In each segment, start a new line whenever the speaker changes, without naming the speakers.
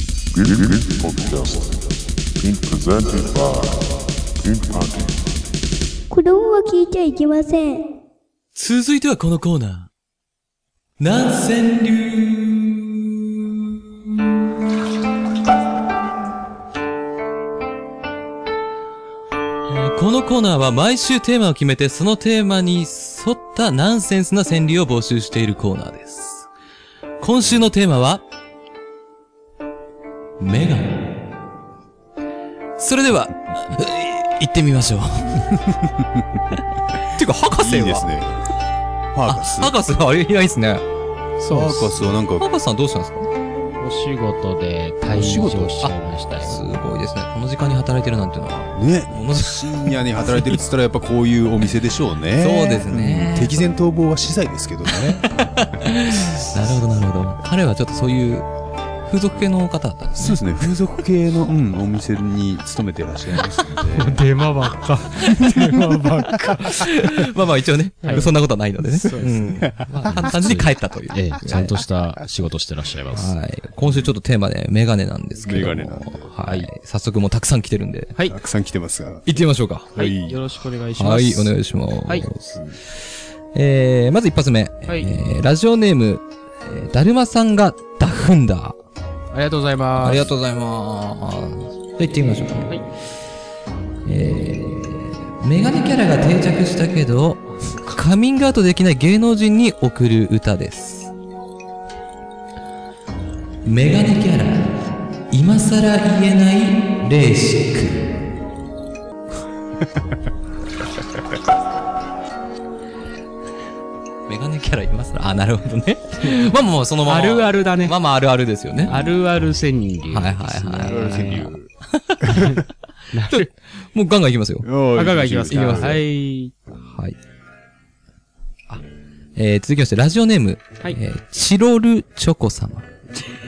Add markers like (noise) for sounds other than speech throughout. This podcast being presented by Pink Party.
子供は聞いちゃいけません。
続いてはこのコーナー。南千流。えーこのコーナーは毎週テーマを決めて、そのテーマに沿ったナンセンスな川柳を募集しているコーナーです。今週のテーマは、メガネ。それでは、 (laughs) い行ってみましょう。
(laughs) てか、博士は。
いいですね。ファーカス。
博士は、あれ、いないですね。
ファーカスはなんか、
博士さんどうしたんですか
お仕事で退院をしちゃいました
す
よ。
ごいですね。この時間に働いてるなんてのは、
ね、
ものす
深夜に働いてるって言ったらやっぱこういうお店でしょうね。
そうですね
うん敵前逃亡は資材ですけ
(laughs)
どね。
なるほど、なるほど。彼はちょっとそういう、風俗系の方だったんです
そう
ね。
ですね、風俗系の、うん、お店に勤めてらっしゃいますの
(laughs)
で。
デマばっか。デマばっか。
まあまあ一応ね、
はい
そんなことはないのでね。
そうです
うんまあ、簡単に帰ったという。
ええ、ちゃんとした仕事してらっしゃいます。
はい。今週ちょっとテーマでメガネなんですけども。
メガネなんで
はい。早速もうたくさん来てるんで。
はい
た。くさん来てますが。
行ってみましょうか。
はい。よろしくお願いしま
はい、
す。
お願いします。
はい
えー、まず一発目。
はい
えーラジオネーム、えーだるまさんがダフンだ。
ありがとうございます。
ありがとうございます。じゃあ行ってみましょうか。
い
えー、メガネキャラが定着したけど、カミングアウトできない芸能人に送る歌です。メガネキャラ、今更言えないレーシ (laughs) ック。メガネキャラ今更、あ、なるほどね。まあもうそのまま。
あるあるだね
まあまああるあるですよね。
あるある川柳。
はいはいはい。
なる
もうガンガンいきますよ。
赤がいきますか。
いきますよ
はい。
はい。えー続きまして、ラジオネーム。
はい
えーチロルチョコ様。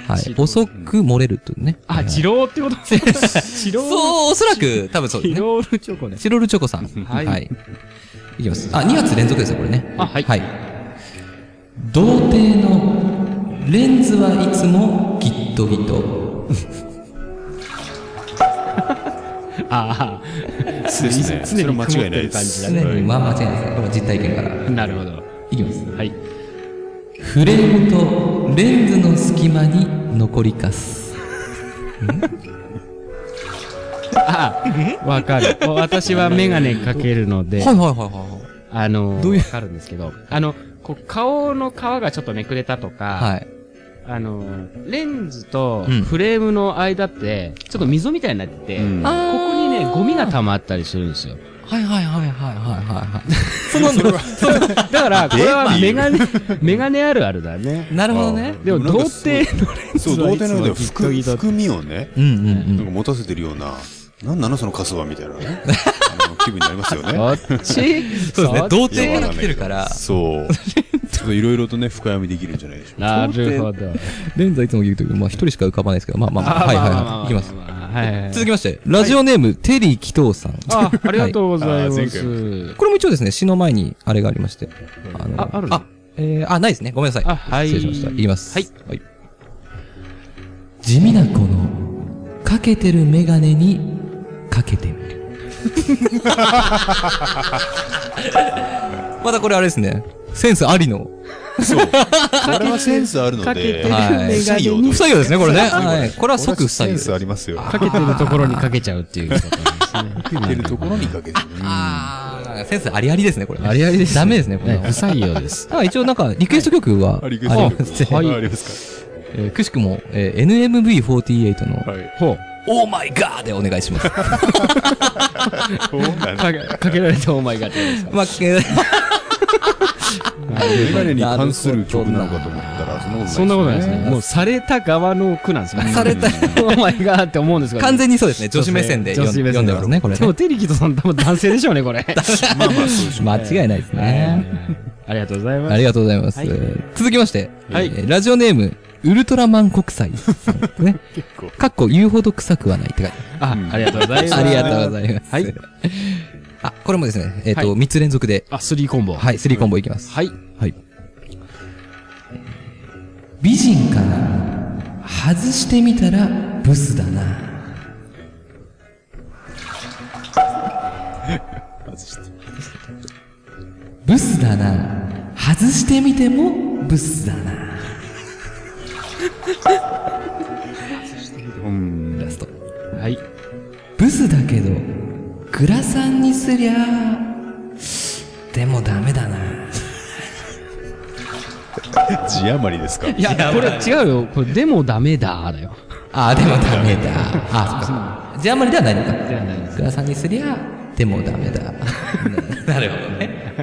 はい。遅く漏れるというね。
あ、
チ
治療ってこと (laughs) 治療。
そう、おそらく、多分そう
治
ですね。
療チョコね。
チロルチョコさん。は。
はいい
いきます。あ、2月連続ですよ、これね。
あはい
はい。童貞のレンズはいつもギットギト。
あ
そうですね。それ間違いないで
常
す。
常に、まあ間違いないですね。これは実体験から。
あ、なるほど。
いきます。
はい。
フレームとレンズの隙間に残りかす。
あ、わかる。私はメガネかけるので、
いはいはいはい。
あの、
どういう
わかるんですけど、あの、こう顔の皮がちょっとめくれたとか、
はい。
あの、レンズと
うん
フレームの間って、ちょっと溝みたいになってて、
うん
ここにね、ゴミが溜まったりするん
(laughs)
ですよ。
はいはいはいはいはいはいはい。
(laughs) その、だから、これはメガネ、 (laughs) メガネあるあるだね。
なるほどね。
でも、童貞のレンズ
そう、
は
童
いつ
貞なの
も
で
ギットギ
含
ト
含みをね、
(laughs) うんうん
なんか持たせてるような、なんなのそのカスはみたいなね。
(laughs)
あの気分になりますよね。
そっ
(laughs) そう
ち
ですね。
そっ
童
いや
貞から来てるから。
そう。ちょっといろいろとね、深読みできるんじゃないでしょうか。
なるほど。
レンズはいつも言うとき、まあ一人しか浮かばないですけど、まあまあまあ、
あ
はいはい
まあまあま
は
あ
い。いきます。
はいはい。
続きまして、ラジオネーム、テリー紀藤さん。
あ、ありがと
は
うございま
あ前
す
い。。これも一応ですね、詩の前にあれがありまして。あの
ああるの
あ、えー、あ、ないですね。ごめんなさい。
あはい
失礼しました。いきます。
はい。
はい。地味なこの、かけてるメガネに、かけてみる。 (laughs) またこれあれですね。センスありの。
そう。こ (laughs) れはセンスあるの
かけて
で
る、
はい
メガネ
不
に
不採用ですね、これね。はい。これは
こ
即
れ
不採
セ
用
ン
で
ス
す。
ありますよ。
かけてるところにかけちゃうっていうことなんですね。
かけてるところにかけてる。
あーセンスありありですね、これ、ね。ありありです。ダメですね、 (laughs) これ
ね不
は。
採用です。
あ一応なんか、リクエスト曲は、
あり
ありま
ますす
ね
か。あります
えーくしくも、えー NMB48 の、
か。はい。
ほう。
オーマイガーでお願いします。
そうなんだ
かけかけられたお前がってですか
まあ、えー
メガネに関する曲なのかと思ったら、そんなことない。
そんなことないですね。もうされた側の句なんですね。
された、
お前がって思うんですが。
完全にそうですね。女子目線で
女
読
子
ん
目
読
線
んでますね、これ
でも
ね。
テリキトさん多分男性でしょうね、これ。
まあまあ、そうでしょう。
間違いないですね。
ありがとうございます。
ありがとうございます。
はい
続きまして、
はい
えーラジオネーム、ウルトラマン国
(laughs)
際さんですね。かっこ言うほど臭くはないって書いて
あありがとうございます。
あるありがとうございます。
はい。
あ、これもですね、えっと、
は
3つ連続で、
あ、スリーコンボ。
はい、3コンボいきます。
はい。
はい。美人かな外してみたらブスだ
(laughs)
な。ブスだな。外してみてもブスだ
(laughs)
な。ラスト。
はい。
ブスだけど、グラサンにすりゃでもダメだな。
字余りですか
いや、これ違うよ。これ、でもダメだーだよ。
あ、でもダメだ。
(laughs)
あ、そっか。じゃああんまりではないのか。
ではないです
グラサンにすりゃでもダメだ。なるほどね。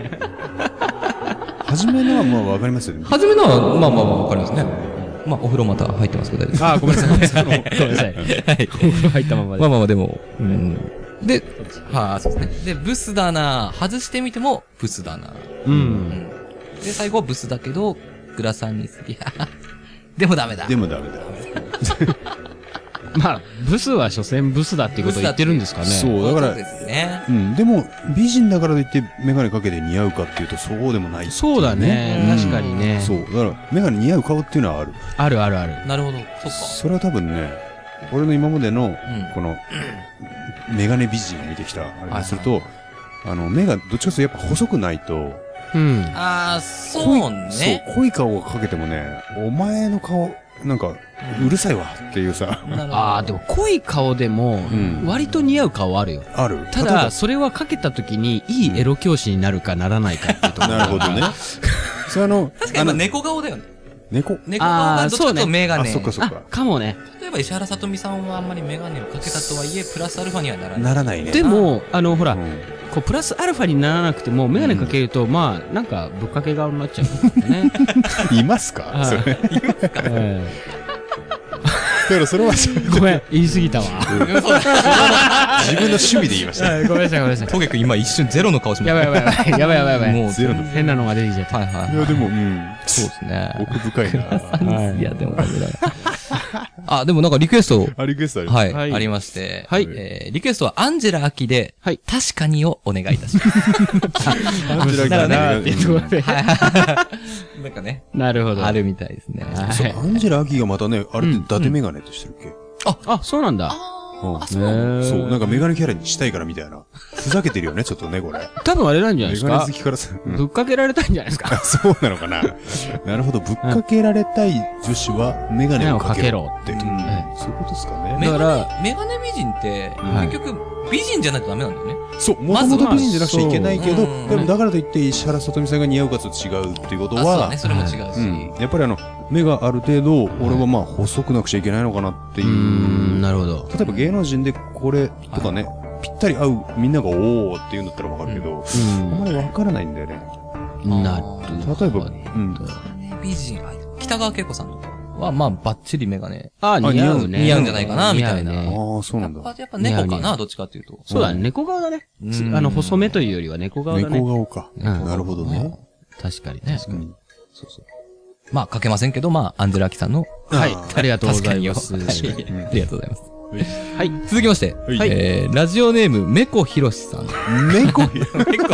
初めのはまあわかりますよね。
初めのは、まあまあまあ、わかりますね。まあ、お風呂また入ってますけど、大丈夫
あー、ごめんなさい。ごめんなさい。
はい。
お風呂入ったままで。
まあまあまあ、でも、うん。で、はあ、そうですね。で、ブスだな。外してみても、ブスだな。
うん。
で、最後、ブスだけど、グラサンにすりゃ。 (laughs) でもダメだ。
でもダメだ。
まあ、ブスは所詮ブスだっていうことを言ってるんですかね。
そう、だ
そ
か
うで
ら、
すね。
うん、でも、美人だからといって、メガネかけて似合うかっていうと、そうでもない。
そうだね。
うん
確かにね。
そう、だから、メガネ似合う顔っていうのはある。
あるあるある。
なるほど。そっか。
それは多分ね、俺の今までの
ん、
この、メガネ美人を見てきた、あれ
はい
にすると、あの、目が、どっちかというとやっぱ細くないと、
うん。
あー、そう
そ
ね。
う、濃い顔をかけてもね、お前の顔、なんか、うるさいわっていうさ、
なるほど
ああ、でも濃い顔でも
ん、
割と似合う顔あるよ。
ある。
た
例えば
だ、それはかけた時に、いいエロ教師になるかならないかっていうところ。
なるほど
(laughs)
ね。それあの、
確かに今猫顔だよね。
猫。
猫顔がどっちかというとメガ
あ、
ネ。
そっかそっ
あ
か、。
かもね。
例えば石原さとみさんはあんまりメガネをかけたとはいえ、プラスアルファにはならない。
ならないね。
でも、あの、ほら
う、ん
こう、プラスアルファにならなくても、メガネかけると、まあ、なんか、ぶっかけ顔になっちゃうんだよね。
いますか
あ
そ
ー
れ。だ
え
からそれは、自
えごめん、言い過ぎたわ。
分の趣味で言いました。
ごめんなさい、ごめんなさい。
トゲ君今一瞬ゼロの顔しま
やばいやばいやばい。やばいやばいやばい。
もうゼロの
変なのが出てきちゃっ
はいはいい。
や、でも、うん。
そうですね。
奥深い
(laughs)
な。
いや、でもダメだな。あ、でもなんかリ (laughs) クエスト、
あ、リクエストある。
はい、
はい
ありまして。
はい
えーリクエストはアンジェラ・アキで、
はい
確かにをお願いいたします。
アンジェラ・アキ
た。ということで
(laughs) なんかね、
(laughs) なるほ
(laughs)
ど。
あるみたいですね。
そう、アンジェラ・アキがまたね、あれって伊達メガネってしてるっけ
あ、そうなんだ。
うん
そうなんだ
そう、なんかメガネキャラにしたいからみたいな。ふざけてるよね、ちょっとね、これ。
多分あれなんじゃな
メ
いです
ガネ
か
好。きからさ。うん
ぶっかけられたんじゃないですか。
あそうなのかな。なるほど、ぶっかけられたい女子はメガネをかけろって。うん
ん
そういうことですかね。
メガ
だから
ネ、メガネ美人って、
はい
結局、美人じゃないとダメなんだよね。
そう、も
ま
と
ず
もと美人じゃなくちゃいけないけ
ま
ど、
あそう
でもだからといって石原さとみさんが似合うかと違うっていうこと
あ、そうだ
は
ね、、それも違うし。
うんやっぱりあの、目がある程度、俺はまあ細くなくちゃいけないのかなっていう
ーん、
う。
なるほど。
例えば芸能人でこれとかね、ぴったり合う、みんながおーって言うんだったらわかるけど、あんまりわからないんだよね。
うん。なる
例えば、うん。
メガネ美人、あ北川景子さんとかは、まあ、バッチリメガネ。
あ、似合うね。
似合うんじゃないかなみたいな
似合うね
ああ、そうなんだ。
やっぱ猫か
似合
な、どっちかっていうと。
そうだね、猫顔だね。つ
うん
あの、細めというよりは猫顔だ
猫
ね。
顔か。
ん
なるほどね。
確かにね。
うん
まあ、かけませんけど、まあ、アンジェラ・アキさんの、
はい、ありがとうご
確
ざ
か
い
によ。
ま
はい
す。
ありがとうございます。
はい。
続きまして、
い
えー、ラジオネーム、めこひろしさん。
猫
めこ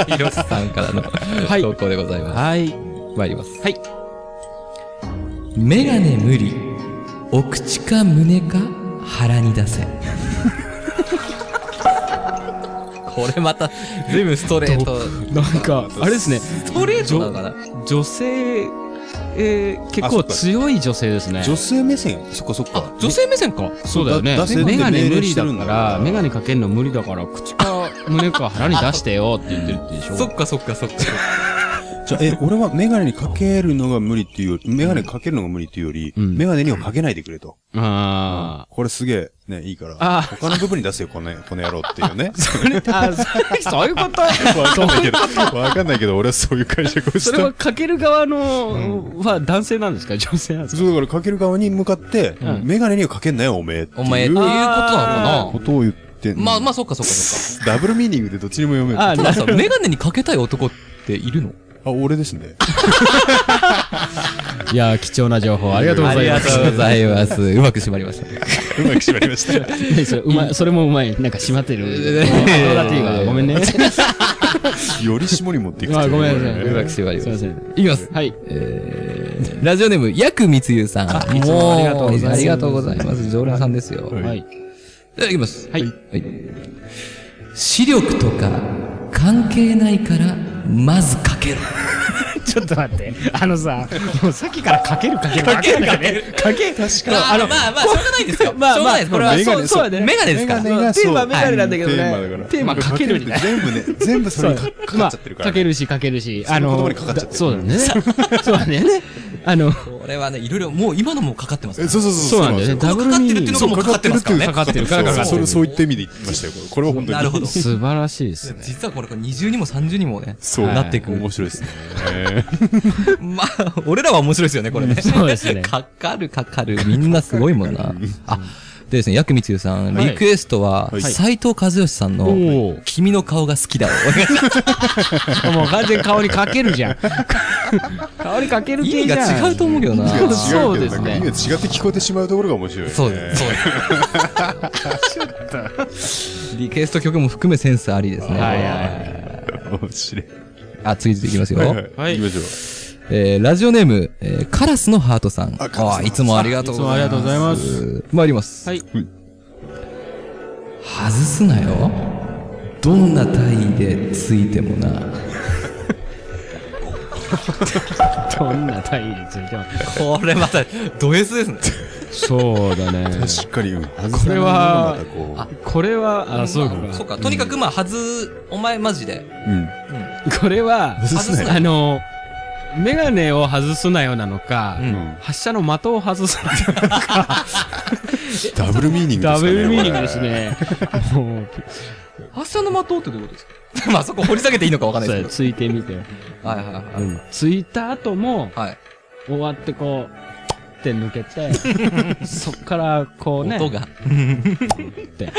ひろしさんからの
い
投稿でございます。
はい。
参ります。
はい。
メガネ無理。お口か胸か腹に出せ。 (laughs) これまた、ずいぶんストレート。
なんか、あれですね。
ストレートなのかな
女性、えー、結
あそ
構
っか
強い女性ですね。
女性目線そっかそっか。
女性目線か。
そうだよね
だ出せ。って
メガネ
命
無
令
理
して
だ
るん
か
だ
ら、メガネかけんの無理だから、口か胸か腹に出してよって言ってるでしょ。
そっかそっかそっか。
じゃあ、え、俺はメガネにかけるのが無理っていうより、メガネかけるのが無理っていうより、
うん
メガネにはかけないでくれと。
あ
これすげえ、ね、いいから。
あ
他の部分に出せよ、この、この野郎っていうね。
ーあー。 (laughs) そそういうこと
わかんないけど、わかんないけど、俺はそういう解釈をし
それは
た。
かける側の、は男性なんですか女性なんですか
そうだからかける側に向かって、
ん
メガネにはかけんなよ、おめえって
お前、っ
い
ていうこ
う
と
こ
なのかな
とを言ってんの
まあまあ、そっかそっかそっ
ダブルミーニングでどっちにも読める。
あ
あ
(laughs)
ー、
か。た
な
ださ、メガネにかけたい男っているの
俺ですね。
いやー、貴重な情報ありがとうございます。 (laughs)
うございます。うまく締まりました。
うまく締まりま
(laughs)
した。
ねそれうまい、それもうまい。なんか閉まってる。
え
あどうだっていいわ。ごめんね。
より下に持っていく
あ、ごめんなさい。
ね
く縛ります
いません。
いきます。
はい。
えー、ラジオネーム、やくみつゆさん。
いつもありがとうございます
ありがとうございます。常連さんですよ。
はい。
ではいきます。
はい
はい。視力とか関係ないから、まずかけろ。
ちょっと待って。あのさ、もうさっきからかけるかける。かけるかける。かける。確
まあ、あの、まあまあ、しょうがないですよ。まあまあ、これは、
メガ
そう
ネ
そうだね。メガネです
メ
か
ガ
ら。
ネが
テーマ
そう
メガネなんだけどね
テーマだから。
テーマかけるみたいな
全部ね、全部それにかかか
ま
っ
あ
ちゃってるから。
かけるし、かけるし。
その言葉にかかっちゃってる
だそうだね。そうだね。あの、
これはね、いろいろ、もう今のもかかってます
え。そうそうそう。
そうなんだよね。
こ
ダ
こ
ブ
かか
ル
って
ミ
るっていうの
ー
がもうかかってますからね。
かかってるか
だ
ら
か、
かからっ
そ
て
れ、
る。
そういった意味で言ってましたよ。これこれは本当に。
なるほど。
素晴らしいですね。
実はこれ、これ20にも30にもね、
そう。
なっていく。
面白いですね。
まあ、俺らは面白いですよね、これね。
そうですね
(laughs) かかるかかる。みんなすごいもんな。あ、でですね、薬光さん、
はい
リクエストは、
はい
斎藤和義さん
お
の、
お。
君の顔が好
(laughs)
きだをお願いします。
もう完全に顔にかけるじゃん。顔にかける
意
系
味
じゃん。
が違うと思うけどな。
違うけど
そうですね
なんか意味が違って聞こえてしまうところが面白いよね。
そうです。そうです。リクエスト曲も含めセンスありですね。
はいはい
面白い。
あ、次々いきますよ。
はい。行きましょう。
えー、ラジオネーム、えー、カラスのハートさん。
あカラスのハートさん
いつもありがとうございます。
いつもありがとうございます
参ります。
はい
外すなよ。どんな体位でついてもな。
どんな体位についても。
これまた、ド S ですね。
そうだね。
しっかり、うん
これは
またこう
これは、あ、そうか。
(laughs) そうか、とにかくまあ、はず、お前マジで。
うん。
これは、
外すなよ。
あの、メガネを外すなよなのか、
ん
発射の的を外すなよなのか、
ダブルミーニングで
ダ
す
ブ
かね。
ルミーニング
これ
です。ね。もう、
発射の的ってどういうことですか (laughs) まあ、そこ掘り下げていいのかわかんない
そ
で
う
す
ついてみて。
けど。はいはいはい。
うんついた後も、
はい。
終わってこう、って抜けて、
(laughs)
そっからこうね、
音が。
って。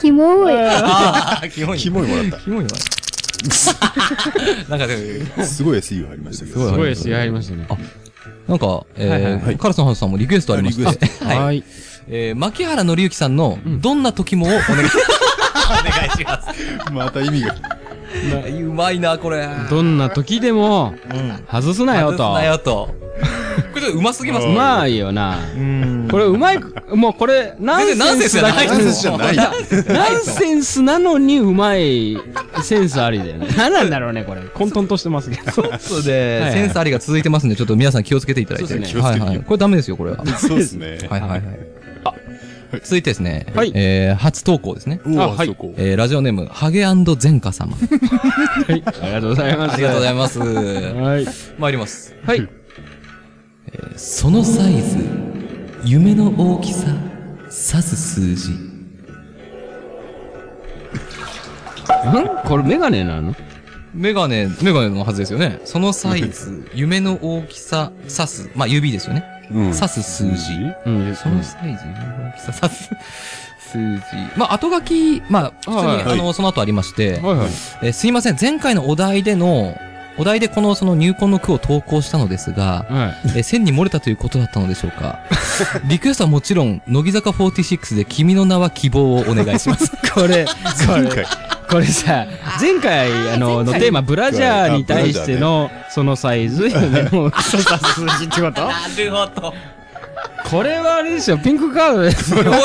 キモい。
ああ、キモい。
キモいもら
(laughs)
っ
キモいわ。なんかで、
た。すごい安い湯入りましたけど。
す
すごいですよ、やりましたね。
なんか、
はいはい
え
は
ー、
い
カラスのハウスさんもリクエストありま
あ
し
リ
て
クエ。
はい
い。
えー、牧原紀之さんの、どんな時もをお願い、お願いしま
また意味が。 (laughs)
す。 (laughs) うまいな、これ。
どんな時でも、外すなよ
外
と
す。なよと。 (laughs) これちょっとうますぎますね
まあいいよな。これうまい、もうこれ、ナン
全然ナン
セ
センス
ンスだ
じゃな
け
い
ナ
ど
ンセンスじゃない。
(laughs) ナンセンスなのにうまいセンスありだよ (laughs) ね。何なんだろうね、これ。混沌としてますけど。
そうで
はいはい
センスありが続いてますんで、ちょっと皆さん気をつけていただいて。
そうです
ね
はい
気をつ
は
け
い。
て
これダメですよ、これは。は
そうですね。
いはいはい。あ、続いてですね。
はい
えー、初投稿ですね。
うわ
あはい
そこ
えー、ラジオネーム、ハゲ善華様。
はい。ありがとうございます。
ありがとうございます。
はい。
参ります。
はい。
そのサイズ、夢の大きさ、指す数字。
んこれメガネなの
メガネ、メガネのはずですよね。そのサイズ、夢の大きさ、指す、まあ指ですよね。
うん
指す数字。
うん。
そのサイズ、夢の大きさ、指す数字。まあ後書き、まあ普通に、
はい
はい
あの、その後ありまして、
はいはい。
えーすいません、前回のお題での、お題でこのその入婚の句を投稿したのですが、
はい。
えー、線に漏れたということだったのでしょう (laughs) かリクエストはもちろん、乃木坂46で君の名は希望をお願いします。
これ、
前回。
これさ、前回、あの、のテーマ、ブラジャーに対しての、 (laughs) そのサイズ、夢の大きさ、数字ってこと
(laughs) なるほど。
これはあれですよ、ピンクカード (laughs) です
こ。れ、ビンガ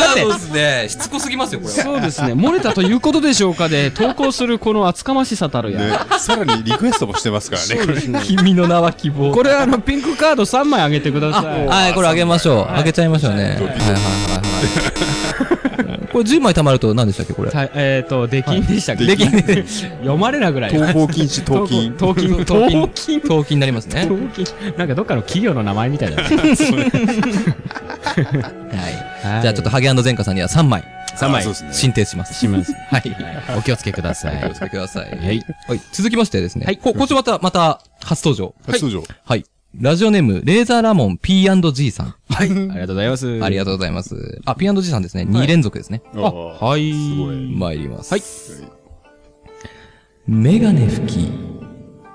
ードですね。しつこすぎますよ、これ。
そうですね、漏れたということでしょうかで、投稿するこの厚かましさたるや。
ねさらにリクエストもしてますからね、これ。
君の名は希望。
これあの、ピンクカード3枚あげてくだ
あ、
さい。
はい、これあげましょう。あげちゃいましょうね。はいはいはい (laughs) はい。これ10枚貯まると何でしたっけ、これ。
たえっと、出禁でしたっけ
できんね。
読まれなぐらい。
東方禁止、
(laughs)
東禁。
盗
投
金。盗
金
金。。
投金になりますね。
盗金。なんかどっかの企業の名前みたいだね。
はい。
はい
じゃあちょっと、ハゲ前科さんには3枚、
3枚。そうですね。
進呈します。
します。
はい。お気をつけください。お気をつけください。
はい。
はい。続きましてですね。
は
はいい。こ、こっちまた、また、初登場。
初登場。
はい。ラジオネーム、レーザーラモン P&G さん。
はい。ありがとうございます。
ありがとうございます。あ、P&G さんですね。2連続ですね。
あは
はい。
すごい。
参ります。はい。メガネ拭き。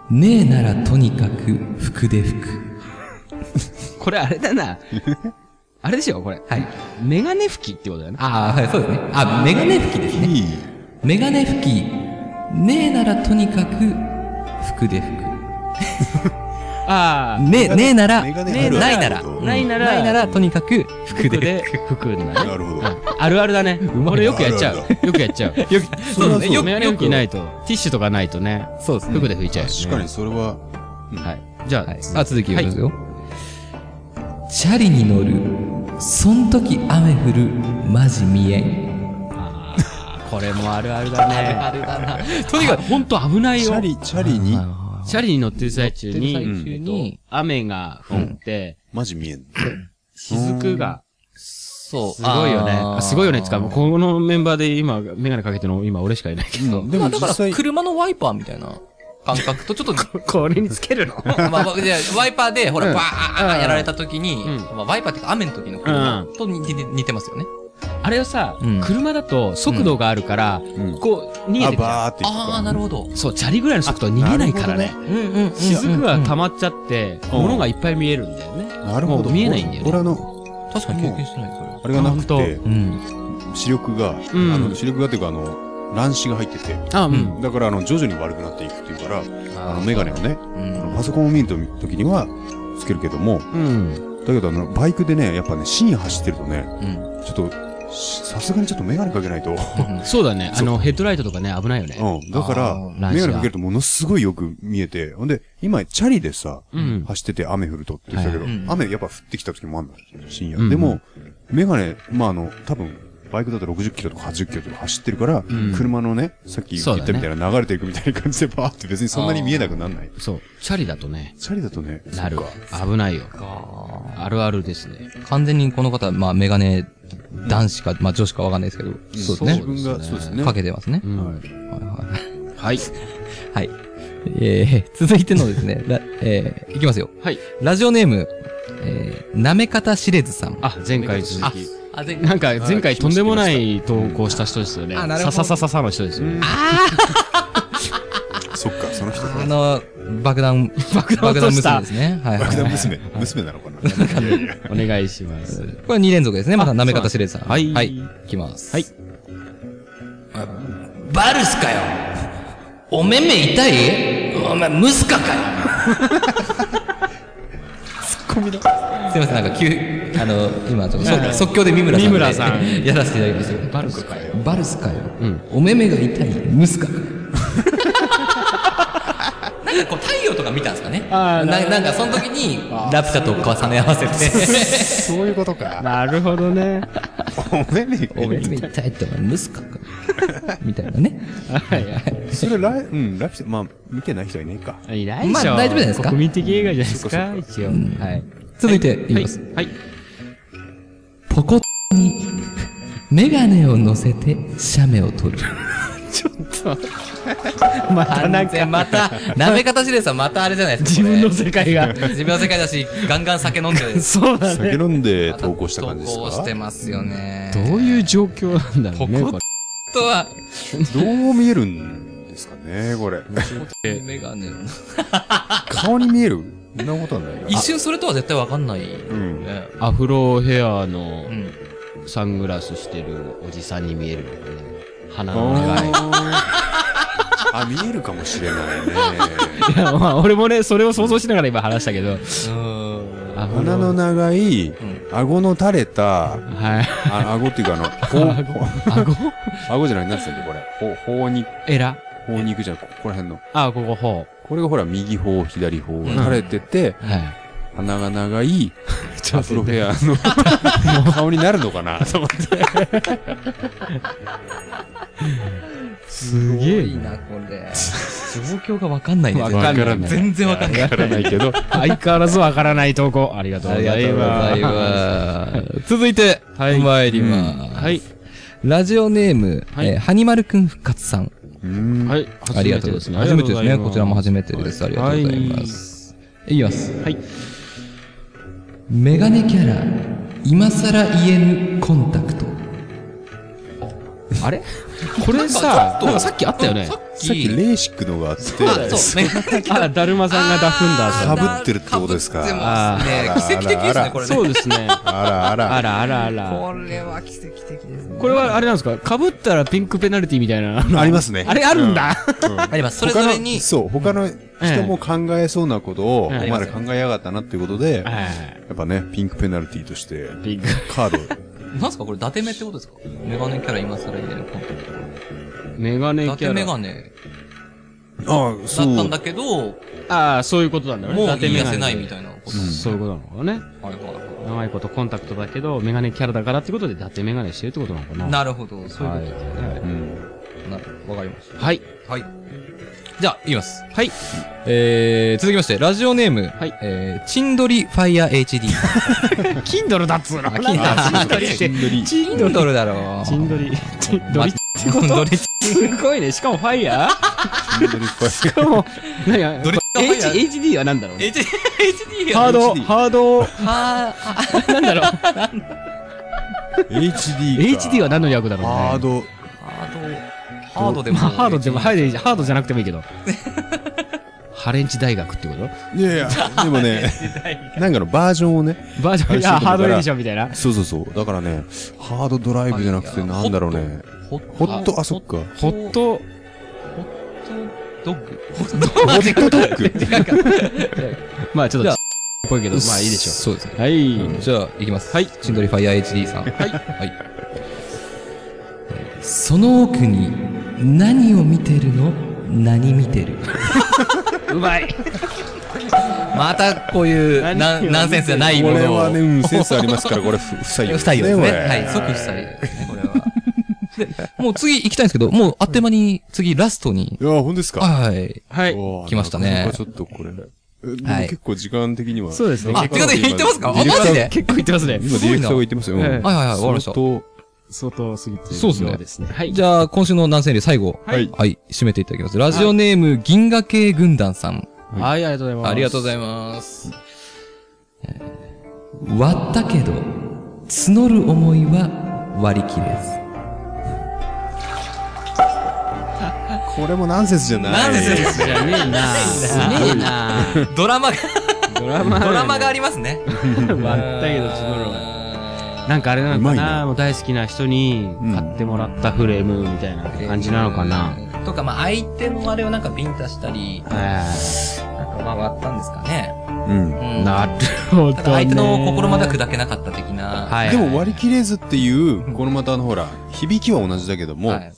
ねえならとにかく、服で拭く。
これあれだな。あれでしょ、これ。はい。メガネ拭きってことだよね。
ああ、はい、そうですね。あ、メガネ拭きですね。
いい。
メガネ拭き。ねえならとにかく、服で服。
あ
ねえ、ねえなら、
メ
ない
ガネある
なら、
あ、ないなら、
ないならとにかく、服
服
で。
で、服なね。
なるほど。
あるあるだね。俺よくやっちゃ
ある
う。よくやっちゃう。よく、
そうだねよく
メガネ拭きないと、ティッシュとかないとね、
そうですね。
服で拭いちゃうよね。
確かにそれは、
はい。じゃあ、
あ、続き言いますよ。チャリに乗る。そん時雨降る。マジ見えん。
これもあるあるだね。
るだな。
とにかく、ほんと危ない
チ
よ
ャ。リ、チャリに、
チャリに乗ってる最中に、
乗ってる最中に
えっと雨が降って、
マジ見えん。
雫が、
そう。
すごいよ
あ
ね。
ー
すごいよね。つうか、もうこのメンバーで今、メガネかけてるの、今俺しかいないけど。
で
ま
も
あだ
実
から、
際、
車のワイパーみたいな感覚と、ちょっ (laughs) と、
これにつけるの
まあまあ、でワイパーで、ほ
う
ら、
ん
バーンやられた時に、
うん
まあワイパーっていうか雨の時の車と似て似てますよね。
(laughs) あれをさ
うん、
車だと速度があるから
ん、
こう、逃げ
あ、
てくじゃん
バーって行く
ああ、なるほど。
そう、チャリぐらいの速度は逃げないから
あな
ね
る。
うんうんうん。
雫が溜まっちゃって、
うん
物がいっぱい見えるんだよね。
なるほ
も
ど。
う見えないんだよね
俺あの、
確かに経験してない、それは。
あれがなく
あ
て
本、
うん。
視力が、あ
ん
の、視力がっていうか、あの、乱視が入ってて、
あ、う。
だから、あの、徐々に悪くなっていくっていうから、あの、メガネをね、あのパソコンを見ると時には、つけるけども、
うん。
だけど、あの、バイクでね、やっぱね、深夜走ってるとね、
うん。
ちょっと、しさすがにちょっとメガネかけないと、
そうだね。あの、ヘッドライトとかね、危ないよね。
うん。だから、
乱視が
メガネかけるとものすごいよく見えて、ほんで、今、チャリでさ、
うん
走ってて雨降るとって言ってたけど、
はい
雨やっぱ降ってきた時もあんだよ、深夜。
うん
でも、メガネ、まあ、あの、多分、バイクだと60キロとか80キロとか走ってるから、
ん
車のね、さっき言
そう
っ
だ
た
ね
みたいな流れていくみたいな感じでバーって別にそんなに見えなくなんない。
そう。チャリだとね、
チャリだとね、
なる
そっか。。
危ないよ。あるあるですね。
完全にこの方、まあ、メガネ、男子か、まあ、女子かわかんないですけど、そうですね
自。分が、そうですね。
かけてますね。
うんは
は
い。
い。えー、 (laughs) 続いてのですね、らえー、いきますよ。
はい。
ラジオネーム、えー、なめ方しれずさん。
あ、前回続き。
あ、で
なんか、前回とんでもない投稿した人ですよね。
あなるほど
さささささの人ですよね。
そっか、その人
あ
か。
の、爆弾、
(laughs)
爆
弾落とし
娘
た
ですね。はいはい
爆
は
弾
い。
娘、娘なのかないやいや。
お願いします。
これ2連続ですね。また、なめ方しれずさん。
はい
はい。いきます。
はい。
バルスかよおめめ痛いお前、ムスカかよツッコミだ。すいません、なんか急、あの、今、ちょっと即即興で三村さんで。(laughs)
三村さん
やらせていただきましたけど。
バルクかよ。
バルスかよ。おめめが痛いムスカかよ。なんかこう、太陽とか見たんですかね。
あーな
ななんか、その時に、ラプチャと重ね合わせ (laughs) て。
そういうことか。
なるほどね。
(laughs) おめめ、
おめめ痛いって、お前、ムスカかよ。みたいなね。
それライ、うん、ラピュタ、まあ、見てない人はいねえか。
いない
まあ大丈夫じゃないですか
国民的映画じゃないですか、一応。はい。
続いて、いき
は
ます。
い。はい。
ポコッに、メガネを乗せて、写メを撮る。
またな
完
んか、
全、また、なめ方しれさん、またあれじゃないです
自
か。これ
分の世界が。
自分の世界だし、ガンガン酒飲んでる。
そうだ
酒
ね。
飲んで投稿した感じです
投稿して
か
ますよね。
どういう状況なんだろうね、これ。
とは、
どう見えるんですかね、これ。
メガネを
顔に見えるそんなことはないか
一瞬それとは絶対わかんない。
うん。
ね
アフロヘアの
うん。
サングラスしてるおじさんに見えるよね。鼻の長い。
あーあ、見えるかもしれないね。
いや、まあ、俺もね、それを想像しながら今話したけど。アフロ
鼻の長い、顎の垂れた、
はい。
あ顎っていうかあ (laughs) の、ほ、
顎
顎じゃない、なんつうんだよこれ。ほ、頬肉、
エラ
頬肉じゃん、こここら辺の。
あ、ここ、ほ
これがほら、右頬、左頬が垂れてて、
う。はい。
鼻が長い、アフロヘアの顔になるのかなと思って。
すげ
い
え
いな、これ。状況がわかんないですよ
わからない
全然わかんない。
わからないけ
(laughs)
ど。
相変わらずわからない投稿。ありがとう
あ
ご
りが
ざ
と
いう
ござ
ま
い
す。
ます。続いて、
はい
参ります。
はい。
ラジオネーム、
はい
えーはにまるくん復活さん。
うん。
はい。
ありがとうございます。初めてですね。こちらも初めてです。ありがとうございます。いきます。
はい。
メガネキャラ、今さら言えぬコンタクト。
あれこれさ、なんかさっきあったよね。
さっきレーシックのがあって、
あ、そう、メガネキャ
(laughs) あ、だるまさんがダフんだ
あ
っ
ー被ってるってことですか
被ってますね
あ。ー
奇跡的で
あ
す
らあ
ね
ら、
こ
た。
れ
そう
ね。
です
あ
ね。
らあら。
あらあらあら。
これは奇跡的ですね。
これはあれなんですかかぶったらピンクペナルティみたいな。
ありますね。
あれあるんだ、
あります。それぞ
他
れ
の、
に、
そう、他の人も考えそうなことを、お
ええ
前ら考えやがったなっていうこと
(laughs)
で、や
はい
っぱね、ピンクペナルティとして、
ピンク。
カード、
なんすかこれ、伊達目ってことですかメガネキャラ今更入れるコントって。
メガネ
伊
キ
達
ャ
メ
ラ。
ガネ
ああ、
だ
そ
ったん
う。
だけど、も
ああ、そういうことなんだ
う
よね。伊達
言い
メ
出
ガ
せ
ネ
ないみたいなこと。
そういうことなのかね。
はいは。
長いことコンタクトだけど、メガネキャラだからってことで伊達メガネしてるってことなのかない
なるほど、そういうこ
は
とですね。
い。
うん
なわかりまし
はい。
た。はい。
じゃあ、言います。
はい。
えー、続きまして、ラジオネーム、
はい
えー、チンドリファイヤー HD。
キンドルだっつうの。
キンドル
キンドルっ
チ
て。
ンドリ
チンドルだろ
チンドリ。チンドリ。
チンドリ。
すごいね。しかもファイヤー
チンドリファイ
しかも、何や、
ドリ
H HD は何だろうね
HD
ハード、
HD
ハード、
は
なんだろう。
HD か。
HD は何の略だろうね。
ハード。
ハード、ハードでも。
まあ、ハードでも、ハ
はい。
ードじゃハードじゃなくてもいいけど。ハレンチ大学ってこと
いやいや、でもね、なんかのバージョンをね、
バージョン、いや、ハ
ハ
ー
ー
ド
ドエ
エデ
デ
ィ
ィ
シ
シ
ョンみたいな。
そうそうそう。だからね、ハードドライブじゃなくて、なんだろうね。
ホッ
ホット、あ、そっか。
ホッ
ト
ト、
ドッグ。
ホットドッグ。
まあちょっ
じ
と、
ゃ
っ
あ
ぽいけど、まあいいでしょ
そうですね。
う。はい。うん
じゃあ、いきます。はい。チンドリファイヤー HD さん。はい。はい。その奥に、何を見てるの何見てる
うまい。
(laughs) また、こういう、な
何を見てる
んナンセンスじゃないも
こ
のを。
れはね、うん、センスありますから、これ、ふ不採用。
不採用ですね。はい、
こ
即不採用ですね、これは。でもう次行きたいんですけど、もうあっという間に次ラストに。
れいや、ほんですか。
はい。
はい。
おー
来ましたね
なかなかちょっとこれ。えでも
はい
結構時間的には。
そうですね
あ、てかで言ってますかあ、マ
ディレクター
ジで
結構いってますね。
今ディレクターが言ってますよ。うん
はいは
は
い
いはいわかりました
相当
相当すぎてる
そうですね
よですね。はい。
じゃあ、今週の南千流最後。
はい
はい、締めていただきます。ラジオネーム、銀河系軍団さん。
はい、ありがとうございます。
ありがとうございます。えー割ったけど、募る思いは割り切れず。
これもナンセンスじゃない。
ンセン
す。じゃねえなすねえな
ドラ (laughs) マが、
ドラマ。
ドラマがありますね。
割ったけど、ちのろなんかあれな
う
の
ま
か
いな
なもう大好きな人に
うん
買ってもらったフレームみたいな感じなのかな、
とか、まあ、相手のあれをなんかビンタしたり、なんかまあ、割ったんですかね。
うん。
うん
なるほど、
た
ね。
だ相手の心まだ砕けなかった的な。
はい。
でも割り切れずっていう、このまたあのほら、響きは同じだけども、
はい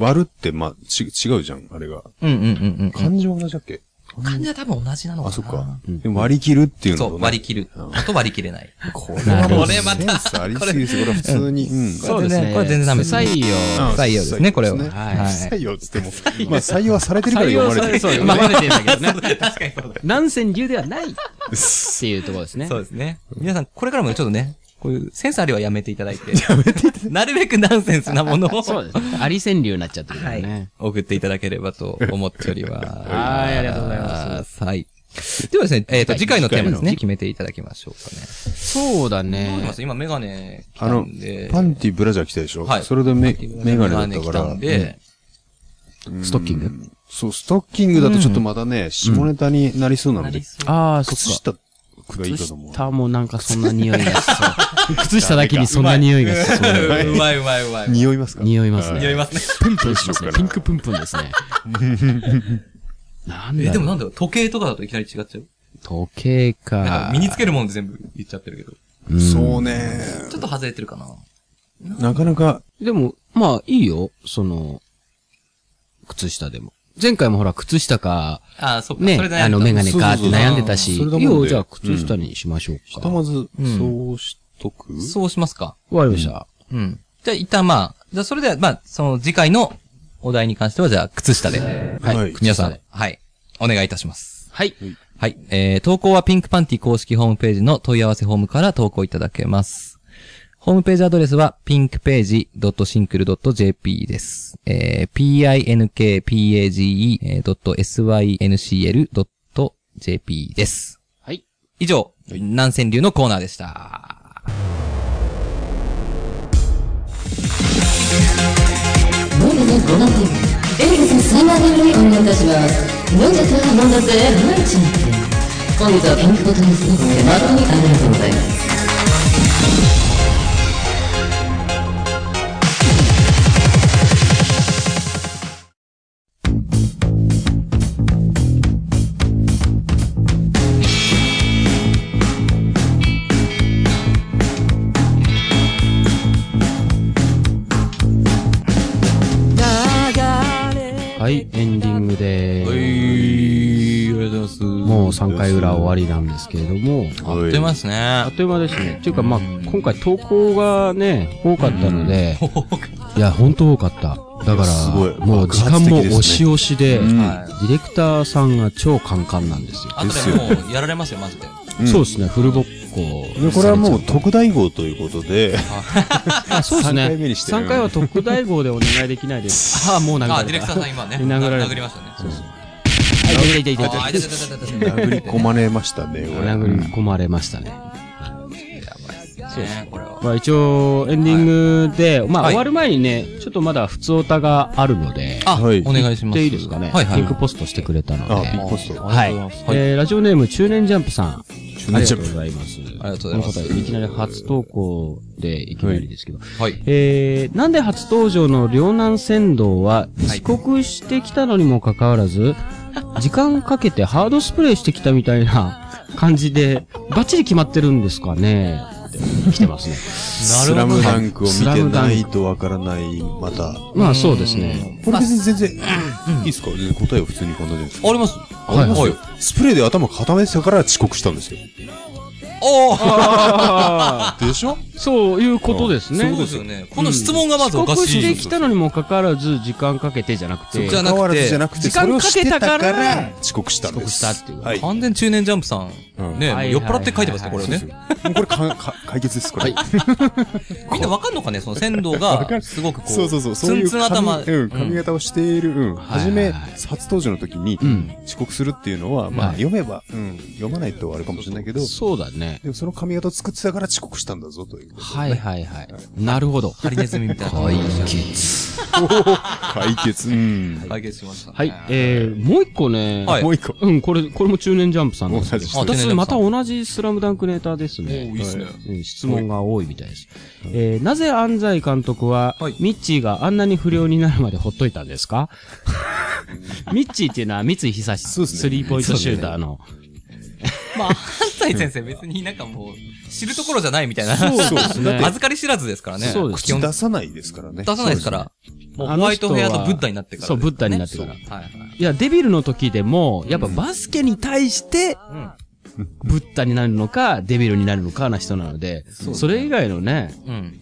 割るってまあち違うじゃん、あれが。
うんうんうんうん。
漢字は同じだっけ
感じは多分同じなのかな。
あ、そっか。でも割り切るっていうの
そ
とね
う、割り切る。あと割り切れない。
これはも
こ
う
れま
セン
た
スありすぎですよ。これ普通に。うん。
そうですね。
これ全然ダメです
不採用。
あ
採用ですねこれは
そうです
は
はいい。不採用っつっても、まあ採用はされてるから
採
読
用
まれ
さ
て
れ
る。
そう、読まれてんだけどね。 (laughs) 確かにそうだ。南千流ではないっていうところですね
そ。うですね。皆さん、これからもちょっとね、こういうセンスありはやめていただいて。なるべくナンセンスなものを
(laughs) そうですね。あり川柳になっちゃってるからね。
送っていただければと思っております。。
はいありがとうございます
はい。ではですね、えっ、と、次回のテーマですね。
次
決めていただきましょうかね。
そうだ
どうし
ね
ま。す今メガネ来
あ
た
の
んで。、
パンティブラジャー着たでしょ
はい
それでメメガネだっ
来
たか
た
ら
ん。で、
ストッキング
そう、ストッキングだとちょっとまだね、下ネタになりそうなので、
ああ、そ
靴
っか。
下がいい
靴
かと思う。
下もなんかそんな匂いがしそう。靴下だけにそんな匂いがしそう。
うまいうまいうまい。
匂いますか
匂いますね。
匂いますね。
プンプンしますね。ピンクプンプンですね。なんだ
え、
ろう
でもなんだろう、時計とかだといきなり違っちゃう
時計
なん
か
か身。につけるもんで全部言っちゃってるけど。
そうね。
ちょっと外れてるかな。
なかなか、
でも、まあいいよ。その、靴下でも。前回もほら、靴下か、
ああ、そっか。
ね
それ、で
あの、メガネかって
そうそうそう
悩んでたし、
それだもんで
よう、じゃあ靴下にしましょ
ひ
うか。
と
わ
まず、そうしとく
そうしますか。
かりました。
うん。じゃあ一旦まあ、じゃあそれでは、まあ、その次回のお題に関しては、じゃあ靴下で。はい。
はい
皆さん、はい。お願いいたします。
はい。
はい。えー、投稿はピンクパンティ公式ホームページの問い合わせフォームから投稿いただけます。ホームページアドレスは pinkpage.syncl.jp です。えー、pinkpage.syncl.jp です。
はい。
以上、南千流のコーナーでした。
んこなんてエリカさん3万人類お願いいたします飲んじゃった飲んだぜ飲んじゃって本日はピンクボトルスーツで誠にありがとうございます
はい、エンディングで
はい、
ー
ありがとうございます。
す。もう3回裏終わりなんですけれども、
やってますね
あっ。という間ですね。っていうか、まあ、今回投稿がね、多かったので、
多
いや、ほんと多かった。だか
すごい
ら、もう時間
爆発的
も
ですね
押し押しで、
ん
はいディレクターさんが超カンカンなんですよ。
あとでもうやられますよ、マジで。
そうですね、フルボッコ。
でこれはもう特大号ということで、
あ、そうですね。
三回目にして
3回は特大号でお願いできない (laughs) です。ああ、もう殴られた。
あ、ディレクターさん今ね。
殴られた
殴りましたね。そうそう。
殴り
あ、痛い痛い痛い痛い痛い
殴り込まれましたね、これ。
殴り込まれましたね。
そうですね、これは。
まあ一応、エンディングで、まあ
はい
終わる前にね、ちょっとまだ普通歌があるので、
あ、
はい
お願いし
言
ます。
っていいですかね。
はいはい。
リンクポストしてくれたので。
あ、ビッグポスト。
はい。えーラジオネーム、中年ジャンプさん。ありがとうございます。あ
りがとうございます
いきなり初投稿で、いきなりですけど。
はい。
えー、なんで初登場の両南仙道は、
い
遅刻してきたのにもかかわ
(laughs)
らず、時間かけてハードスプレーしてきたみたいな感じで、バッチリ決まってるんですかねって来
(laughs)
てますね。
スラムダンクを見てないとわからない、また。
まあそうですね。
これ別に全然、いいですか全然答えを普通にこんなで。
あります
いはい
はい。
スプレーで頭固めてたから遅刻したんですよ。
おー
でしょ
そういうことです
(laughs)
ね。
そうですよね。この質問がまずおか
遅刻
し
し
い。
てきたのにもかかわらず、時間かけてじゃなくて、
じゃな
変わ
く
らずじゃ
て、
なくて、
時間
それを知ってたか
かけたから
ら、遅刻したんです。
遅刻したっていう
はい。も
完全中年ジャンプさ
うん
ん、ね
は、い
酔っ払って書いてますね、
は
こ
いは
れ
い
ね。
うこれか、 (laughs) か、解決です、これ。
みんなわかんのかねその仙道が、すごくこう、
そうそうそう、そう
ツン
いう
ツン頭。
髪うん、髪型をしている、うん。
い
初め、初登場の時に、遅刻するっていうのは、まあ、読めば、うん、読まないとあれかもしれないけど、
そうだね。
でもその髪型を作ってたから遅刻したんだぞ、という。
はいはいはい。なるほど。
ハリネズミみたいな。はい。
解決。うん。
解決しました。
はい、えー、もう一個ね。
はい
もう一個。
うん、これ、これも中年ジャンプさんなんですけ
同
ど。
(laughs)
じ
あ
人
で
で
一
す。
つまた同じスラムダンクネタです
おー
ね。
いいっすね。
うん質問が多いみたいです。えー、なぜ安西監督は、
はい
ミッチーがあんなに不良になるまでほっといたんですかミッチーっていうのは三井久志、
そうっすね
スリーポイントシューターの。
(laughs) まあ、安西先生別になんかもう、知るところじゃないみたいな。
そうですね。だって
(laughs) 預かり知らずですからね。
そうです
基
口
本
出
出
さないですからね。
さないですから。もう
あ
ホ
の人は
ワイトヘアとブッダになってから。
そう、ブッダになってから。
ねはいはい。
いや、デビルの時でも、やっぱバスケに対して、
うん
ブッダになるのか、デビルになるのかな人なので、それ以外のね、
うん。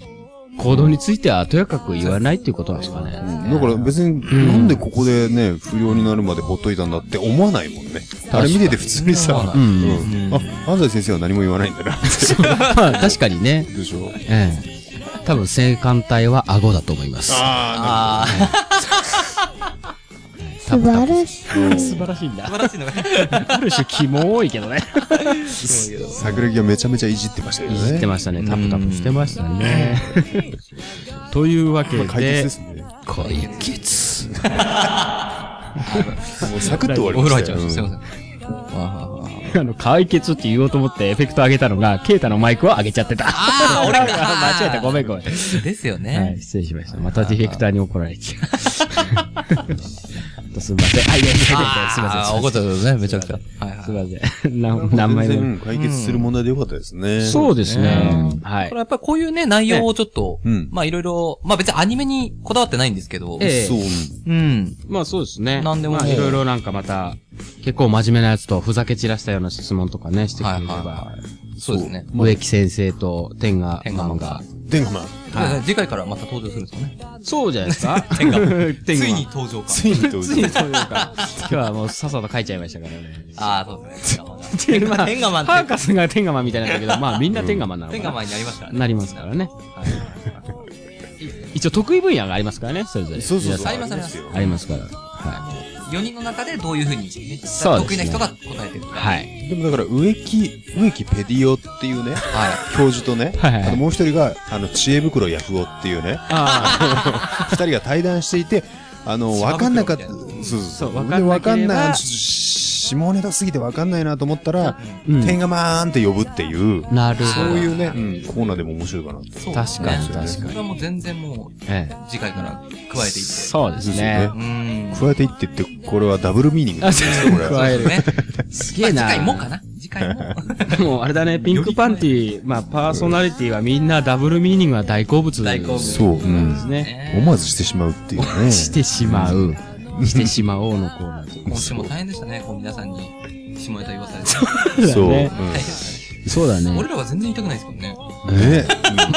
行動についてはとやかく言わないっていうことなんですかね。
うんだから別に、なんでここでね、不良になるまでほっといたんだって思わないもんね。あれ見てて普通にさ、うんうんあ、安西先生は何も言わないんだなっ
まあ、 (laughs) 確かにね
て。。でしょ
ええ。多分、性感帯は顎だと思います。
あ
(laughs)
素晴らしい。
素晴らしいん
素
だ。
晴らしいのが。
ある種、キモいけどね。
あ、桜木はめちゃめちゃいじってましたよね。
いじってましたね。タプタプしてましたね。 (laughs) というわけ
まあ解決で
で、
すね。も
解決。
うサクッと終わり
お
ま
風呂入
し
っち
た
ゃい
よ
ました。すいません。
(laughs) あの、解決って言おうと思ってエフェクト上げたのが、ケイタのマイクを上げちゃってた。
あー俺か
(laughs) 間違えた。ごめんごめん。
ですよ
は
ね
い、。失礼しました。またディレクターに怒ら
(laughs)
れちゃう。すみません。あ、いやいやいやいや、すみません。
ああ、怒ったですね、めちゃくちゃ。はいはい。
すみません。な何
全
枚目
然解決する問題でよかったですね。
そうですね。は
こ
い
れ。やっぱりこういうね、内容をちょっと、
うん
まあいろいろ、まあ別にアニメにこだわってないんですけど、
ええ
そう。
うん。
まあそうですね。
何でも
まあいろいろなんかまた、結構真面目なやつとふざけ散らしたような質問とかね、してくれれ
はいは
ば。
そうですね。
植木先生と天が
天
マ
下
ン
漫
が
画。
でもまあ、
で次回からまた登場するんですよね。
(laughs) そうじゃないですか
(laughs) 天下つ
(laughs) 天
い
下
に登場か。
ついにどうぞ
ついにそういうか。 (laughs) 今日はもうさっさと書いちゃいましたからね。
ああ、そうですね。
天
下天下マンって
ハーカスが天ガマンみたいなんだけど、まあみんな天ガマンなのか
天
な。
下前になりますからね。
なりますからね。一応得意分野がありますからね、それぞれ。
そうそうそう。
ありますあります
ありますから。はい。
4人の中でどういうふうに、ね、
そうで
得
す
意
ね
な人が答えてる。
はい。
でもだから、植木、植木ペディオっていうね、教授とね、
はいはいはい
あともう一人が、あの、知恵袋役夫っていうね、(laughs)
あ
二人が対談していて、あの、
島袋
わかんなかった。
み
そ
たいうな
そう
そう
で
わかんなければ
わかんない下ネタすぎてわかんないなと思ったら、
うん
天がまーんって呼ぶっていう、
なるほ
そう
ど。
いうね、うんコーナーでも面白いかなって。
そう
確かに
ね
確かに
それはもう全然もう、
ええ
次回から加えていって。
そうです
です
ね
よ。
うーん。
加えていってって、これはダブルミーニング
あ
で
(laughs) そ
す
う
ね、これ。
加える。
ね。
すげえ
まあ
な。
次回もかな次回も。
もうあれだね、ピンクパンティー、まあパーソナリティはみんなダブルミーニングは大好物
大好物。
そう、う
なん
ん
です。ね。
思わずしてしまうっていうね。
(laughs) してしまう。してしまおうのコーナーです
今週も大変でしたね、こう皆さんに下ネタ言わされて。
そう。
ね
うん
そうだね
俺。らは全然言いたくないですもんね。
ね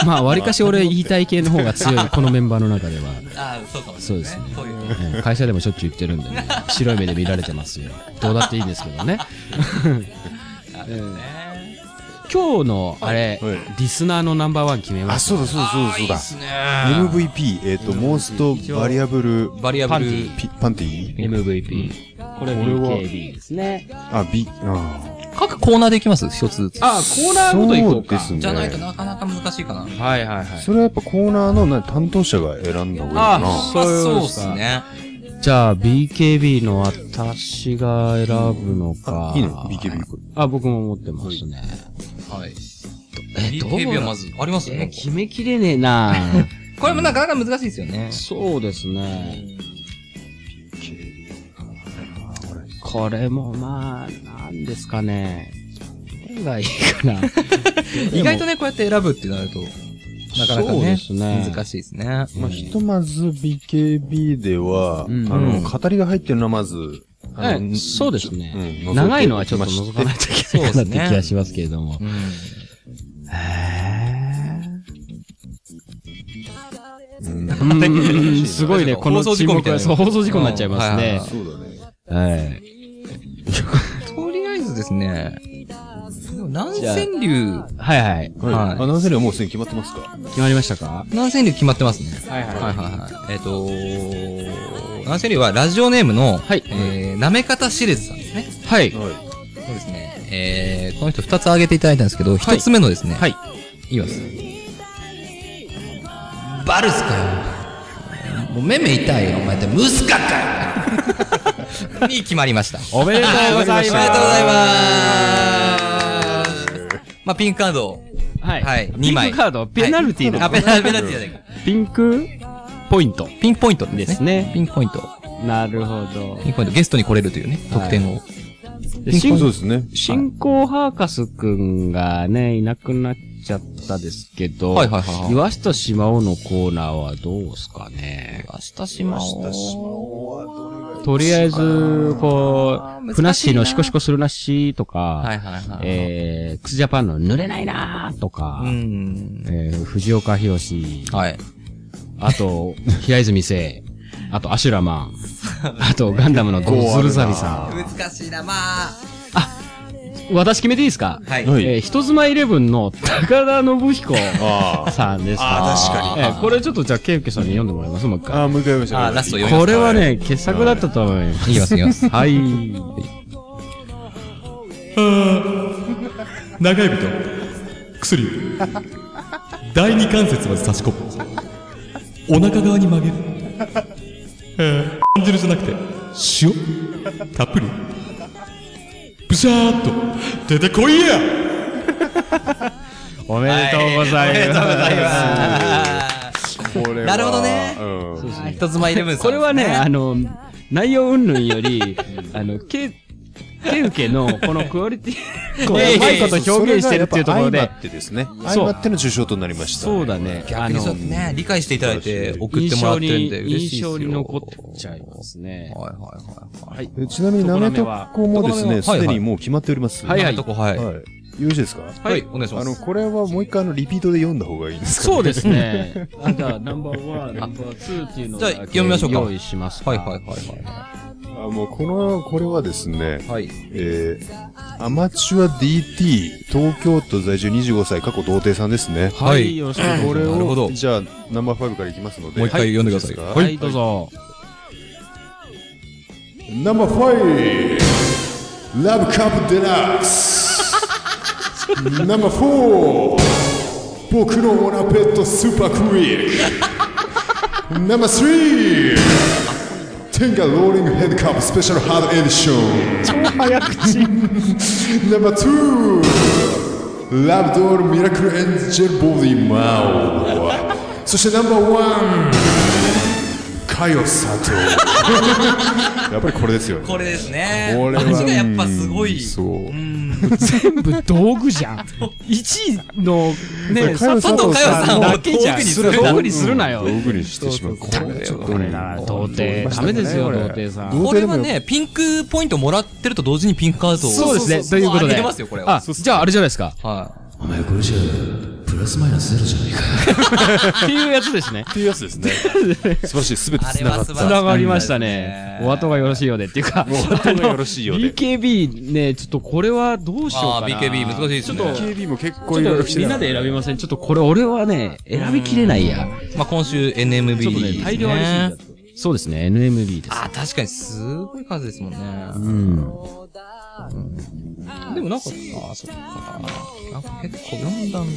まあ、わりかし俺言いたい系の方が強い、このメンバーの中では。
ああ、そうかもし
そう
れ
で
な
す
い
ね
ね。そういう。
ええ会社でもしょっちゅう言ってるんでね、白い目で見られてますよ。どうだっていいんですけどね。
ね
今日の、あれ
はい、
リスナーのナンバーワン決めま
あ、
す。
そうだそうだそうだそうだ。MVP、えっと、モーストバリアブル
バリアブル、
ピパンティ
MVP。これ
これは
BKB ですね。
あ、ビ、あ
各コーナーでいきます一つずつ。
あ、コーナーごといこ
そううで
か。
すね。
じゃないとなかなか難しいかな。
はいはいはい。
それはやっぱコーナーのな担当者が選んだ方がいい
あ
か
そういうこと
っ
ですか
すね。
じゃあ、BKB の私が選ぶの
な。
か。
あいいの ?BKB これ。
あ、僕も持ってますね。
はい。
えどう
BKB はまず、あります
えー
ね。
決めきれねえな
これもなかなか難しいですよね。
そうですね。これもまあ、なんですかね。どれがいいかな。
意外とね、こうやって選ぶってなると、なかなか
そうで
ね、
すね。
難しいですね。
まあ、ひとまず BKB では、あ
ん
の、語りが入ってるのはまず、あ
え
の
えそうです
うん
ね、
覗いて
長いのはちょっと覗かないといけな
そ
いかなっ
うです
て気
ね
がしますけれども。
うん。
うん、 (laughs) すごいね、この
放送事
沈
故み
黙は、
たいな
そう、放送事故になっちゃいますね。
そうだね。
はい。
とりあえずですね、でも南千流、
はいはい。
はい。
はい
あ、南千流はもうすでに決まってますか
決まりましたか
南千流決まってますね。
はいはい
はいはい。えっとー、南千流はラジオネームの、
はい
えー、なめ方シリーズさんですね。
はい。
は
そうですね。えー、この人二つ挙げていただいたんですけど、一つ目のですね、
はい。
いきます。バルスかよ。もう目目痛いよ、お前って。ムスカかよに決まりました。
おめでとう
おめ
ございます。
でとうございます。まあ、ピンクカードを。
はい。
はい
ピ
二
ン
枚
クカード、ペナルティー
あ、
の
ペナペナルティーじゃないか。
ピンクポイント。
ピンポイントで
ですす
ね。
ね。
ピンポイント。
なるほど。
ピンポイント。ゲストに来れるというね、
はい
得点を。
で
い。そう
新
ですね。
新興ハーカスくんがね、いなくなっちゃったですけど、
はいはいはいはい
岩下しまおのコーナーはどうすかね。
明日しま
とりあえず、こう、
難しいな
ふなっしーのシコシコするなっしーとか、
はいはいはい。
えー、クスジャパンの濡れないなーとか、
うん。
えー、藤岡弘、
はい。
あと、平泉聖、あと、アシュラマン、あと、ガンダムのドズルザビさ
難しいな、まあ。
ん。私決めていいですか
はい。
はい
えー、人妻イレブンの高田信彦さんです。
あー確か
に。えーこれちょっとじゃあ、ケウケさんに読んでもらいますもう一回。
あー、もう一回読みましょう
あーラスト読みます
これはね、傑作だったと思います。
いきますいき
(laughs)
ます。
はい。
長指と薬指第二関節まで差し込むお腹側に曲げるえー缶汁じゃなくて塩たっぷりブシャーっと出てこいや
おめでとうございます。
これは
なるほどね
うん
人妻イレブンさん。
これはね、あの、内容云々より、 (laughs) あの、ケ、ケウケのこのクオリティ、
(laughs)
こう、うまいこと表現してるっていうところ
それ
で
がやっぱ相ま、ってですね。
う
相まっての受賞となりました。
そうだね。あ
逆にそう
の
やって、ね、理解していただいて送ってもらってるんで嬉しいです
印象
よ。
に残っちゃいますね。
はいはいはいはい。
えちなみに、なめとこもです
と
ね、
ころ
す
では
でにもう決まっております。
はいはい
とこ、はい。
はい。よろしいですか
はい、お願いしま
あの、
す。
これはもう一回あの、リピートで読んだ方がいいですか
そうですね。
(laughs)
あじゃあ、ナンバーワン、ナンバーツーっていうのを
じゃあ読みましょうか
用意しますか。
はいはいはいは
あもうこの、これはですね、
い。はい。
えー、アマチュア DT、東京都在住25歳、過去童貞さんですね。
は、
はいい
よろしくお願いしま
これ
なるほ
を、
ど
じゃあ、ナンバー5からいきますので。
もう一回読んでください
は
す。はい、どうぞ。
ナンバー5、ラブカップデラックス。ナンバー4、僕のモナペットスーパークイック。ナンバー天下ローリングヘッドカップスペシャルハードエディション
超早口。
ナンバー2ラブドールミラクルエンジェルボディマオそしてナンバーワンカヨ佐藤やっぱりこれですよね
これですね
これは
味がやっぱすごい
そう
全部道具じゃん。1位のね、
加代
佐藤佳代さんを
だけじゃん。
道具にする
道具にするなよ
道。具にしてしまうこれはちょっとね
童貞。ダメですよ、童貞さん。
童
こ
貞
れ
でも
はねピンクポイントもらってると同時にピンクカードを
そうですね。ということ
あ
で。
げれますよこれは
あ、じゃああれじゃないですか。
はい
お前これじゃ、プラスマイナスゼロじゃねえか。
っていうやつですね。
っていうやつですね素晴らしい全て
あ
つ
れ
なが
は
っ
素晴らしい
つながりましたね。お後がよろしいようでっていうか。
お後がよろしいよう
(laughs)
で
BKB ね、ちょっとこれはどうしようかな。
あー BKB 難しいですね
ちょっと
KB も結構
ち
いろい
ょ
ろ
っ
来
と
て
みんなで選びません。ちょっとこれ俺はね、選びきれないや。
まあ今週 NMB
ちょっと
で
ね、
す
大量ありすぎ
ね
ちゃってそうですね、NMB です。
あー確かにすごい数ですもんね
うん。
でもなんかあーそっかなんか結構読んだん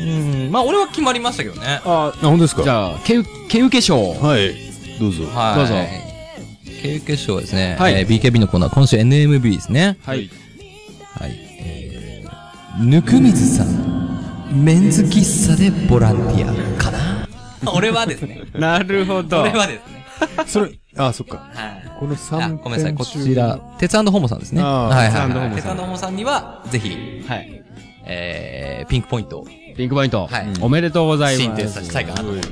うんまあ俺は決まりましたけどね
あ、
あ本当です
じゃあ、けう、け受け賞。
はいどうぞ
はい
どうぞ
経験賞はですね、
はい
えー BKB のコーナー今週 NMB ですね
はい。
はい。えー、ぬくみずさん、メンズ喫茶でボランティアかな (laughs) 俺はですね。
なるほど
俺はですね。
それあそっか
はい。
この
あ、
3
ごめんなさい。こちら、鉄アンドホモさんですね。
あー
はいはいはい。
鉄
鉄アンドホモさんには、ぜひ、
はい。
えー、ピンクポイントを
ピンクポイント。
はい
おめでとうございます。
進展させたいかなと思い (laughs) ます。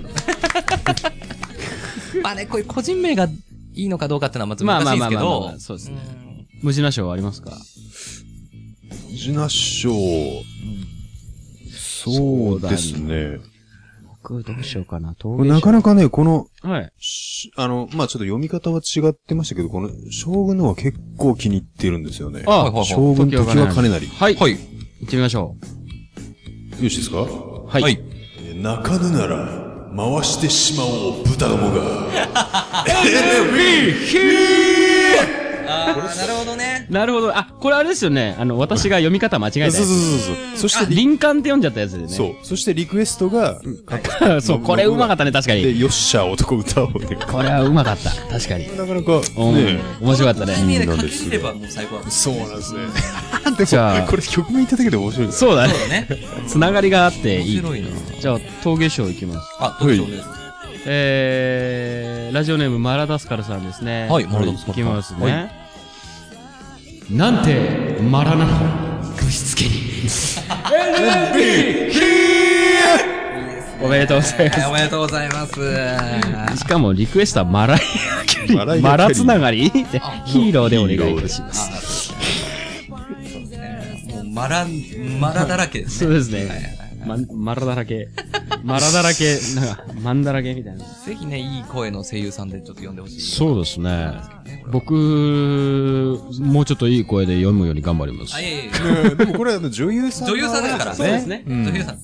まあね、こういう個人名がいいのかどうかっていうのはまず
まあ
難
ま
しいでけ
あますあまあまあ
ど
まあ、、そうですね。無事な賞はありますか
ジュナ賞そうですね
僕、どうしようかな。
これなかなかねこの
はい。
しあのまあちょっと読み方は違ってましたけどこの将軍のは結構気に入ってるんですよね
あ
はいはい
将軍時は金成よ
はい。
はい。
行ってみましょ
ろしいですか
う。はい。
はい
え泣かぬなら回してしまおう豚どもが
あー、なるほどね。
なるほど。あ、これあれですよね。あの、私が読み方間違えたや
そうそう
つ。
そうそうそして
林間って読んじゃったやつでね。
そうそしてリクエストが
う。 (laughs) そう、これうまかったね、確か
で
に。
よっしゃ男歌おうっていう
これはうまかった。確かに。
なかなか
うん
ね
面白かったね。
ね、
な
か
ん
け
です
れ
よ
ればもう最高だと思
そうなんですね
じゃあ
これ曲名言っただけで面白いです
そうだね
う。。そうだね。
つながりがあってい
面 (laughs)
い。
白いな。
じゃあ、陶芸賞いきます。
あ、どうでしょうね。
えー、ラジオネームマラダスカルさんですね。
はいマラダスカルさん
いきますね。なんて、マラなの首つけに。おめでとうございま
おめでとうござい (laughs) ます。
す。しかも、リクエストはマライアキャリー
マライアキャリー
マラつながりヒーローでお願いいたします。
もうマラ、マラだらけです
そう
ね。
ですね。ま、マラだらけ。マラだらけ。なんか、マンだらけみたいな。
ぜひね、いい声の声優さんでちょっと読んでほしい。
そうですね。僕、もうちょっといい声で読むように頑張ります
あ、いやいや
でもこれあの女優さん
女優さんだからね。
そうですね
女優さん。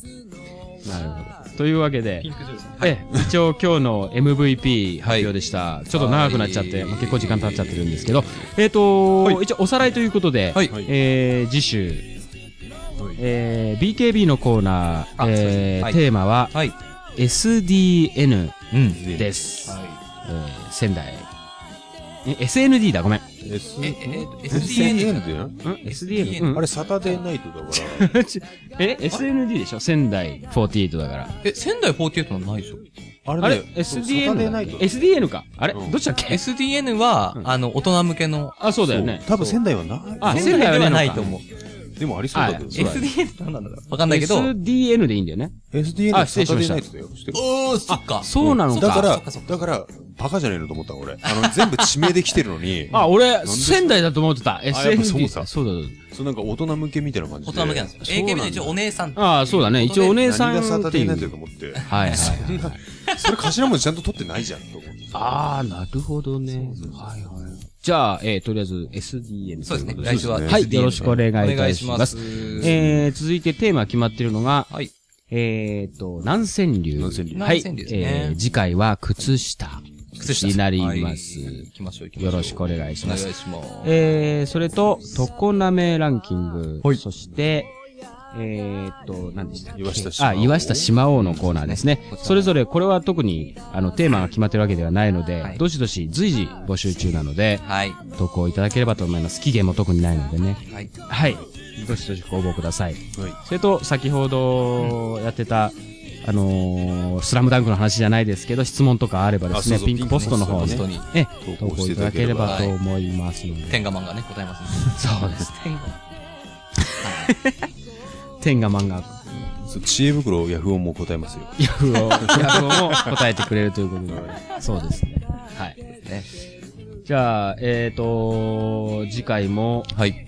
なるほど。というわけで
ピン、ク女優さん。
ええ一応今日の MVP 発表でした。ちょっと長くなっちゃって、
はい
まあ結構時間経っちゃってるんですけど、えっ、と一応おさらいということで、
はい
えー次週、えー BKB のコーナ
あそ
ー、
うですね
えー
はい
テーマは、
はい。
SDN
うん。
です。
は
えー仙台。え SND だ、ごめん。ん
い。え、
SN
え、SDN
だよ
?SDN?
あれサタデーナイトだから
(laughs) え ?SND でしょ仙台48だから。
え、仙台48のないでしょ
あ
あれ
ねそうサタデ
?SDN?
ー
だ
ナ
っ
イ
け
ト
?SDN か。あれ
う
ど
ん
っちだっけ
?SDN は、あの、大人向けの。
あ、そうだよね。
多分仙台はない
あ、
仙台ではない
のか
と思う。
でもありそうだけど
はい
そうだね
SDN なんなんだろうわかんないけど。
SDN でいいんだよね。
SDN
あ
は
失礼
サ
し
タ
ま
デーナイ
した
トだよ知ってる
おー、そっか。
そうなの
だ
か。
か
そっかそっ
らだからバカじゃねえのと思った俺あの全部地名で来てるのに
(laughs) あ、俺、
です
仙台だと思ってた。
やっぱそう
SND。
さ
そうだそう
そうなんか大人向けみたいな感じで
大人向けなんです
そう
よ。
な
AKB
んだ
の一応お姉さん。
だ。あ、そうだね。一応お姉さん
何がサ
っ
タ
て
デー
いう。
ナ
は
イト
い
だと思って (laughs)
はいはい。
それ頭文字ちゃんと取ってないじゃんと思って
ああ、なるほどね。はいはい。じゃあ、えー、とりあえず SDN
そうですね。
といこと
来週は SDN で。
はい、よろしくお願いい
お願
た
い
し
し
ま。
ますす。
えー、続いてテーマ決まってるのが、
はい。
えーと、南川流。
南川流
はい。
南川流ですね
えー、次回は靴下
靴下
になります。
はい行きましょう、行きましょう。
よろしくお願いし
お
ま
願い
す。
します。
えー、それと、常滑ランキング。そして、えーっと、何でしたっけ
岩下島
あ、岩下島王のコーナーですね。それぞれ、これは特に、あの、テーマが決まってるわけではないので、
はい
どしどし随時募集中なので、
はい。
投稿いただければと思います。期限も特にないのでね。
はい。
はい。どしどしご応募ください。それと、先ほどやってた、あのースラムダンクの話じゃないですけど、質問とかあればです
あそう
ね、
そう
ピンクポストの方
ピンクポ
スト
に
に、
ええ、
投
投
稿し
稿
ていた
いた
だ
だ
け
け
れ
れ
ば
ばと思いますので、
天ガマンがね、答えます
そうです。天が漫画、
そう知恵袋ヤフオンも答えますよ
ヤフーを、ヤフーも答えてくれるということで、そうですね。はい。
ね
じゃあ、えっ、と、次回も
はい。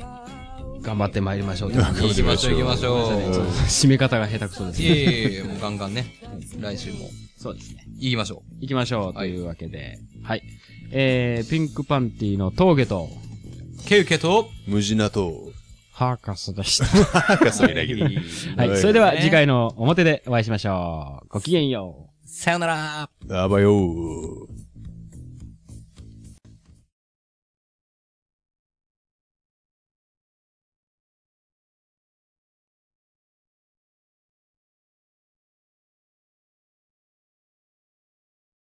頑張ってまいりましょうということで
行きましょう、行きましょう。
締め方が下手くそです
い
ね。
えいえいえ、もうガンガンね、来週も
そうですね。
行きましょう。
行きましょう。というわけで。はい。えー、ピンクパンティの峠と、
ケウケと、
無事な (laughs) と
ハーカスでした。
博士みたいけど
はい。それでは次回の表でお会いしましょう。ごきげんよう。
さよなら
あばよー